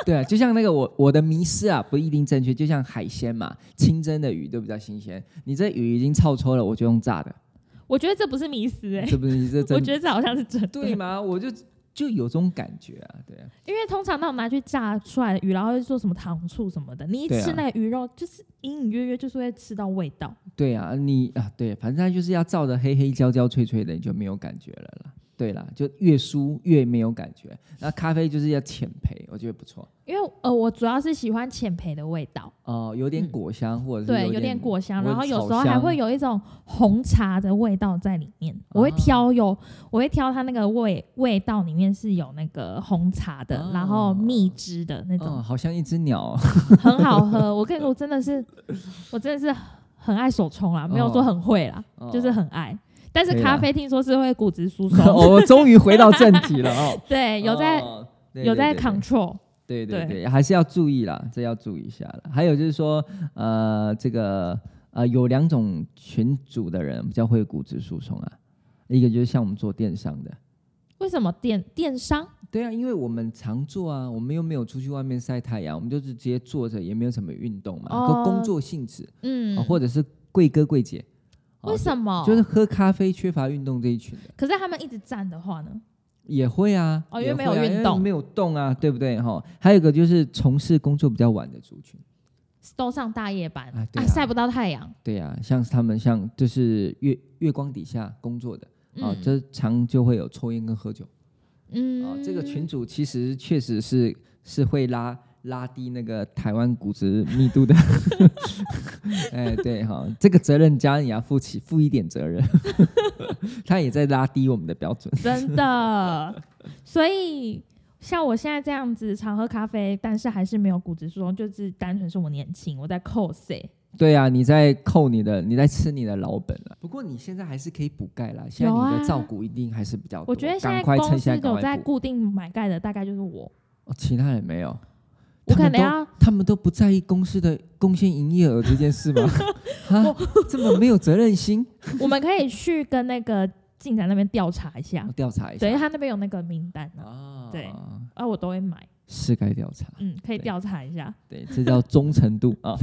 B: 对啊，就像那个我我的迷失啊，不一定正确，就像海鲜嘛，清蒸的鱼都比较新鲜，你这鱼已经臭臭了，我就用炸的，
A: 我觉得这不是迷思、哎，
B: 是不是？你这 真
A: 我觉得这好像是真的。
B: 对 吗？我就就有这种感觉啊，对啊，
A: 因为通常那种拿去炸出来的鱼，然后又做什么糖醋什么的，你一
B: 对啊
A: 吃那个鱼肉，就是隐隐约约就是会吃到味道。
B: 对啊，你啊，对，反正它就是要照着黑黑焦焦脆脆的，你就没有感觉了啦。对啦，就越酥越没有感觉。那咖啡就是要浅培，我觉得不错
A: 因为呃，我主要是喜欢浅培的味道，
B: 哦、有点
A: 嗯
B: 果香、或者是
A: 对，有
B: 有
A: 点果香，然后有时
B: 草
A: 候还
B: 香
A: 会有一种红茶的味道在里面。我会
B: 啊
A: 挑有，我会挑它那个味味道里面是有那个红茶的，
B: 哦
A: 然后蜜汁的那种，
B: 嗯，好像一只鸟哦、
A: 很好 喝。我跟你说，我真的是，我真的是很爱手冲啦，没有说
B: 哦
A: 很会啦，
B: 哦
A: 就是很爱。但是
B: 可以
A: 咖
B: 啦
A: 啡听说是会骨质 疏松，。
B: 哦，我终于回到正题了哦
A: 对， 有在、
B: 哦对
A: 有
B: 对
A: 在
B: 对
A: control，
B: 对对
A: 对
B: 对，还是要注意啦，这要注意一下了。还有就是说，呃，这个呃，有两种群组的人比较会骨质疏松啊，一个就是像我们做电商的，
A: 为什么电电商？
B: 对啊，因为我们常做啊，我们又没有出去外面晒太阳，我们就是直接坐着，也没有什么运动嘛，
A: 哦
B: 都工作性质、
A: 嗯，哦
B: 啊，或者是贵哥贵姐，啊
A: 为什么？
B: 就是喝咖啡缺乏运动这一群的。
A: 可是他们一直站的
B: 啊
A: 话呢？
B: 也会啊，
A: 哦因
B: 也
A: 为没有
B: 会啊
A: 运动
B: 没有动啊，对不对哈、还有一个就是从事工作比较晚的族群，
A: 都上大夜班
B: 啊对啊
A: 晒不到太阳。
B: 对呀、像他们像就是月月光底下工作的啊，
A: 嗯
B: 这常就会有抽烟跟喝酒
A: 嗯
B: 啊。这个群组其实确实是是会拉拉低那个台湾骨质密度的， 哎对哈、这个责任家也要负起负一点责任， 他也在拉低我们的标准。
A: 真 的，所以像我现在这样子常喝咖啡，但是还是没有骨质疏松，就是单纯是我年轻，我在扣 C。
B: 对啊，你在扣你的，你在吃你的老本了。不过你现在还是可以补钙啦，现在
A: 有啊
B: 你的照顾一定还是比较多。
A: 我觉得现
B: 哦赶
A: 在
B: 快
A: 公
B: 趁现
A: 司
B: 在赶
A: 有在
B: 快补。
A: 固定买钙的，大概就是 我。
B: 哦，其他人没有。
A: 我
B: 他
A: 可
B: 们
A: 能
B: 都
A: 要
B: 他们都不在意公司的贡献营业额这件事 吗？啊，这么没有责任心，
A: 我们可以去跟那个进展那边调查一下
B: 我， 调查一下。
A: 等于他那边有那个名单啊，
B: 啊
A: 对啊，我都会买，
B: 是该调查。
A: 嗯，可以
B: 对
A: 调查一下。
B: 对，这叫忠 诚度啊。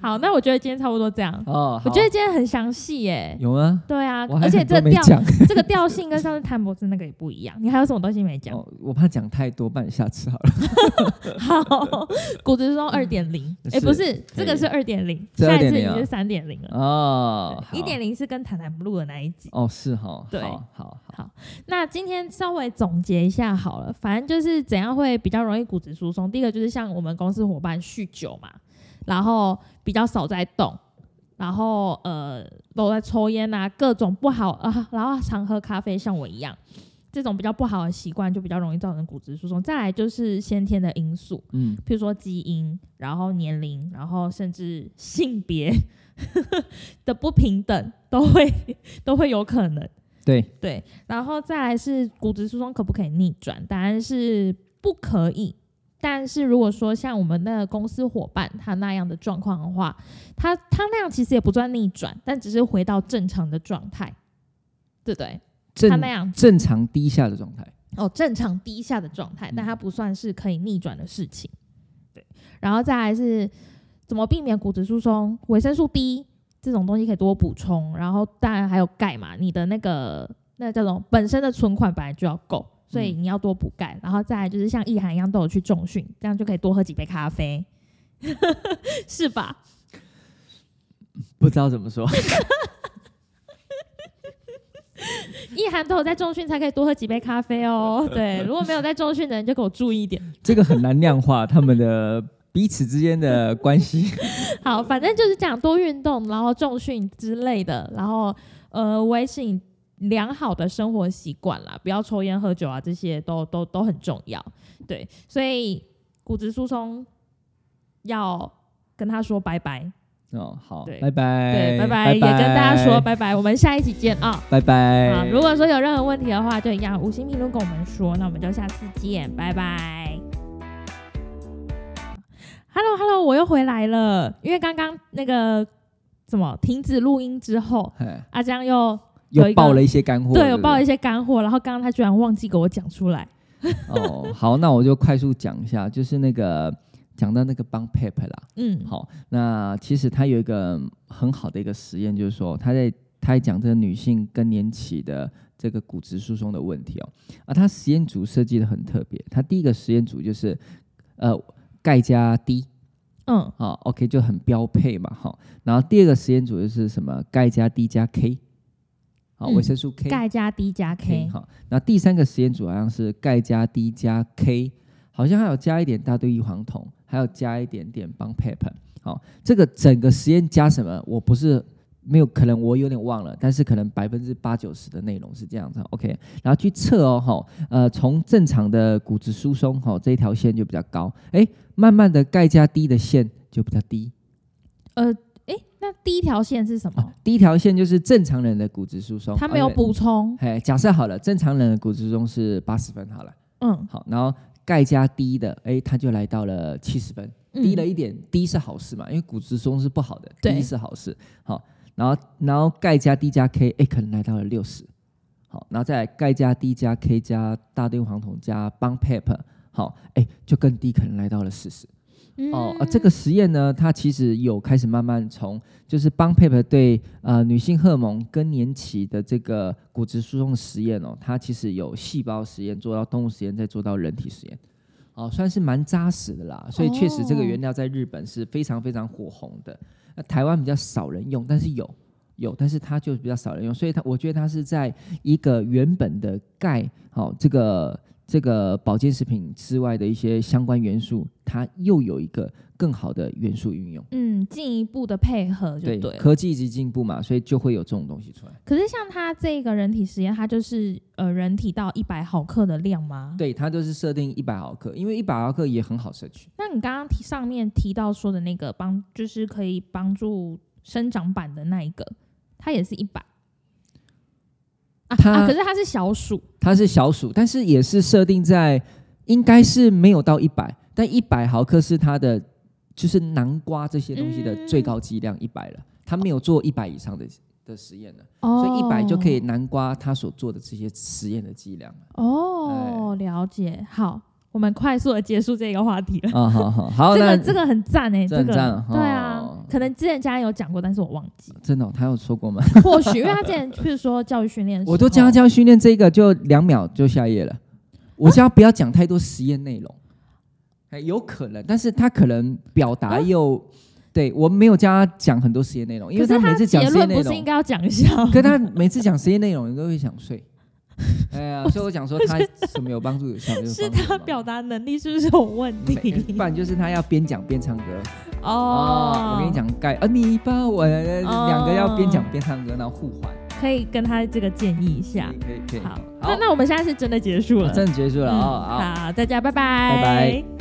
A: 好，那我觉得今天差不多这样，
B: 哦，
A: 我觉
B: 嗯好
A: 得今天很详细耶。
B: 有啊，
A: 对啊，
B: 我还
A: 而且
B: 很多
A: 这
B: 没
A: 调
B: 讲。
A: 这个调性跟上次谭博士那个也不一样，你还有什么东西没 讲？
B: 哦，我怕讲太多，不然下次好了。
A: 好，骨质疏松二点零，哎，
B: 嗯是
A: 不是，
B: 可
A: 这
B: 以
A: 个是二点零，
B: 这
A: 下一次
B: 2.0啊
A: 你是三点零了。
B: 哦，好
A: 一点零是跟谈谈不录的那一集。
B: 哦是哈，
A: 对
B: 好好好
A: 那今天稍微总结一下好了，反正就是只怎样会比较容易骨质疏松？第一个就是像我们公司伙伴酗酒嘛，然后比较少在动，然后呃都在抽烟啊，各种不好啊，然后常喝咖啡，像我一样，这种比较不好的习惯就比较容易造成骨质疏松。再来就是先天的因素，
B: 嗯，
A: 譬如说基因，然后年龄，然后甚至性别 的不平等，都会都会有可能。
B: 对，
A: 对，然后再来是骨质疏松可不可以逆转？答案是不可以。但是如果说像我们那个公司伙伴他那样的状况的话，他他那样其实也不算逆转，但只是回到正常的状态，对不对？他
B: 正
A: 那样
B: 正常低下的状态。
A: 哦，正常低下的状态，但它不算是可以逆转的事情。对，然后再来是怎么避免骨质疏松？维生素 D 这种东西可以多补充，然后当然还有钙嘛，你的那个那个叫什么本身的存款本来就要够，所以你要多补钙。然后再来就是像意涵一样都有去重训，这样就可以多喝几杯咖啡， 是吧？
B: 不知道怎么说，
A: 意涵都有在重训才可以多喝几杯咖啡哦。 对，如果没有在重训的人就给我注意一点。
B: 这个很难量化他们的彼此之间的关系。
A: 好，反正就是讲多运动，然后重训之类的，然后呃维持你良好的生活习惯啦，不要抽烟喝酒啊，这些都都都很重要。对，所以骨质疏松要跟他说拜拜，
B: 哦，好
A: 对，
B: 拜拜，
A: 对，哎拜拜，也跟大家说，拜拜，我们下一期见啊。
B: 拜
A: 啊
B: 拜，。
A: 如果说有任何问题的话，就一样五星评论跟我们说，那我们就下次见，拜拜。Hello Hello，我又回来了，因为刚刚那个什么停止录音之后，
B: 哎
A: 阿江又有
B: 又
A: 一个
B: 爆了一些干货，
A: 对
B: 不
A: 有爆了一些干货，然后刚刚他居然忘记给我讲出来。
B: 哦，好，那我就快速讲一下，就是那个讲到那个帮 Pep 啦，
A: 嗯，
B: 好，那其实它有一个很好的一个实验，就是说它在它在讲这个女性更年期的这个骨质疏松的问题哦。啊，它实验组设计的很特别，它第一个实验组就是呃钙加 D
A: 嗯，
B: 啊，OK 就很标配嘛，好。然后第二个实验组就是什么钙加 D 加 K，好，
A: 嗯
B: 维生素 K
A: 钙加 D 加 K，
B: 好，那第三个实验组好像是钙加 D 加 K，好像还有加一点大豆异黄酮，还有加一点点帮 p e p 好，这个整个实验加什么？我不是没有，可能我有点忘了，但是可能百分之八九十的内容是这样子。OK，然后去测哦，哈，呃，从正常的骨质疏松哈、这一条线就比较高，哎，慢慢的钙加 D 的线就比较低。
A: 呃，诶，那第一条线是什么？
B: 第一条线就是正常人的骨质疏松，
A: 哦他没有
B: ，OK
A: 补充，
B: 哎，假设好了，正常人的骨质疏松是八十分好了。
A: 嗯，
B: 好，然后钙加 D 的，哎，它就来到了七十分，
A: 嗯
B: 低了一点低是好事嘛，因为骨质疏松是不好的，
A: 对
B: 低是好事。好，然后然后钙加 D 加 K，哎，可能来到了六十。好，然后再来钙加 D 加 K 加大豆黄酮加帮 PEP，好，哎，就更低，可能来到了四十。
A: 嗯
B: 哦、啊，这个实验呢，它其实有开始慢慢从就是帮 PEP 对呃女性荷尔蒙更年期的这个骨质疏松的实验哦，它其实有细胞实验做到动物实验，再做到人体实验，哦，算是蛮扎实的啦。所以确实这个
A: 哦
B: 原料在日本是非常非常火红的，那、台湾比较少人用，但是有。有，但是它就比较少人用，所以它我觉得它是在一个原本的钙，好、这个这个保健食品之外的一些相关元素，它又有一个更好的元素运用。
A: 嗯进一步的配合就对了。
B: 科技一直进步嘛，所以就会有这种东西出来。
A: 可是像它这个人体实验，它就是呃人体到一百毫克的量吗？。
B: 对，它就是设定一百毫克，因为一百毫克也很好摄取。
A: 那你刚刚提上面提到说的那个帮，就是可以帮助生长板的那一个，它也是一百啊
B: 它
A: 啊，可是它是小鼠，
B: 它是小鼠，但是也是设定在应该是没有到一百，但一百毫克是它的就是南瓜这些东西的
A: 嗯
B: 最高剂量一百了，它没有做一百以上的的实验了，
A: 哦
B: 所以一百就可以南瓜它所做的这些实验的剂量了。哎
A: 哦，了解。好，我们快速的结束这个话题了。
B: 啊，好好好，
A: 这
B: 那
A: 个这个很赞哎、这
B: 这很
A: 个
B: 赞
A: 对啊
B: 哦，
A: 可能之前家人有讲过，但是我忘记。
B: 真的哦、他有说过吗？
A: 或许因为他之前，譬如说教育训练的时候，啊
B: 我都教教训练这个就两秒就下夜了，我就要不要讲太多实验内容，哎，有可能，但是他可能表达又、对我没有教他讲很多实验内容，因为
A: 啊可是
B: 每次讲
A: 结
B: 实验
A: 论
B: 内
A: 不是应
B: 容，
A: 该要讲一下吗？
B: 可他每次讲实验内容，你都会想睡。哎呀，所以我讲说他什么有帮助有效，就是帮助
A: 他
B: 嘛
A: 表 达能力是不是有问
B: 没
A: 题
B: 不？然就是他要边讲边唱歌
A: 哦
B: 我跟你，讲，盖啊你把我呃
A: 哦
B: 两个要边讲边唱歌，然后互换，
A: 可以跟他这个建议一下
B: 嗯可。以可以可以。
A: 好，那那我们现在是真的结束了
B: 啊，真的结束了
A: 嗯
B: 哦，好。
A: 好，大家拜
B: 拜拜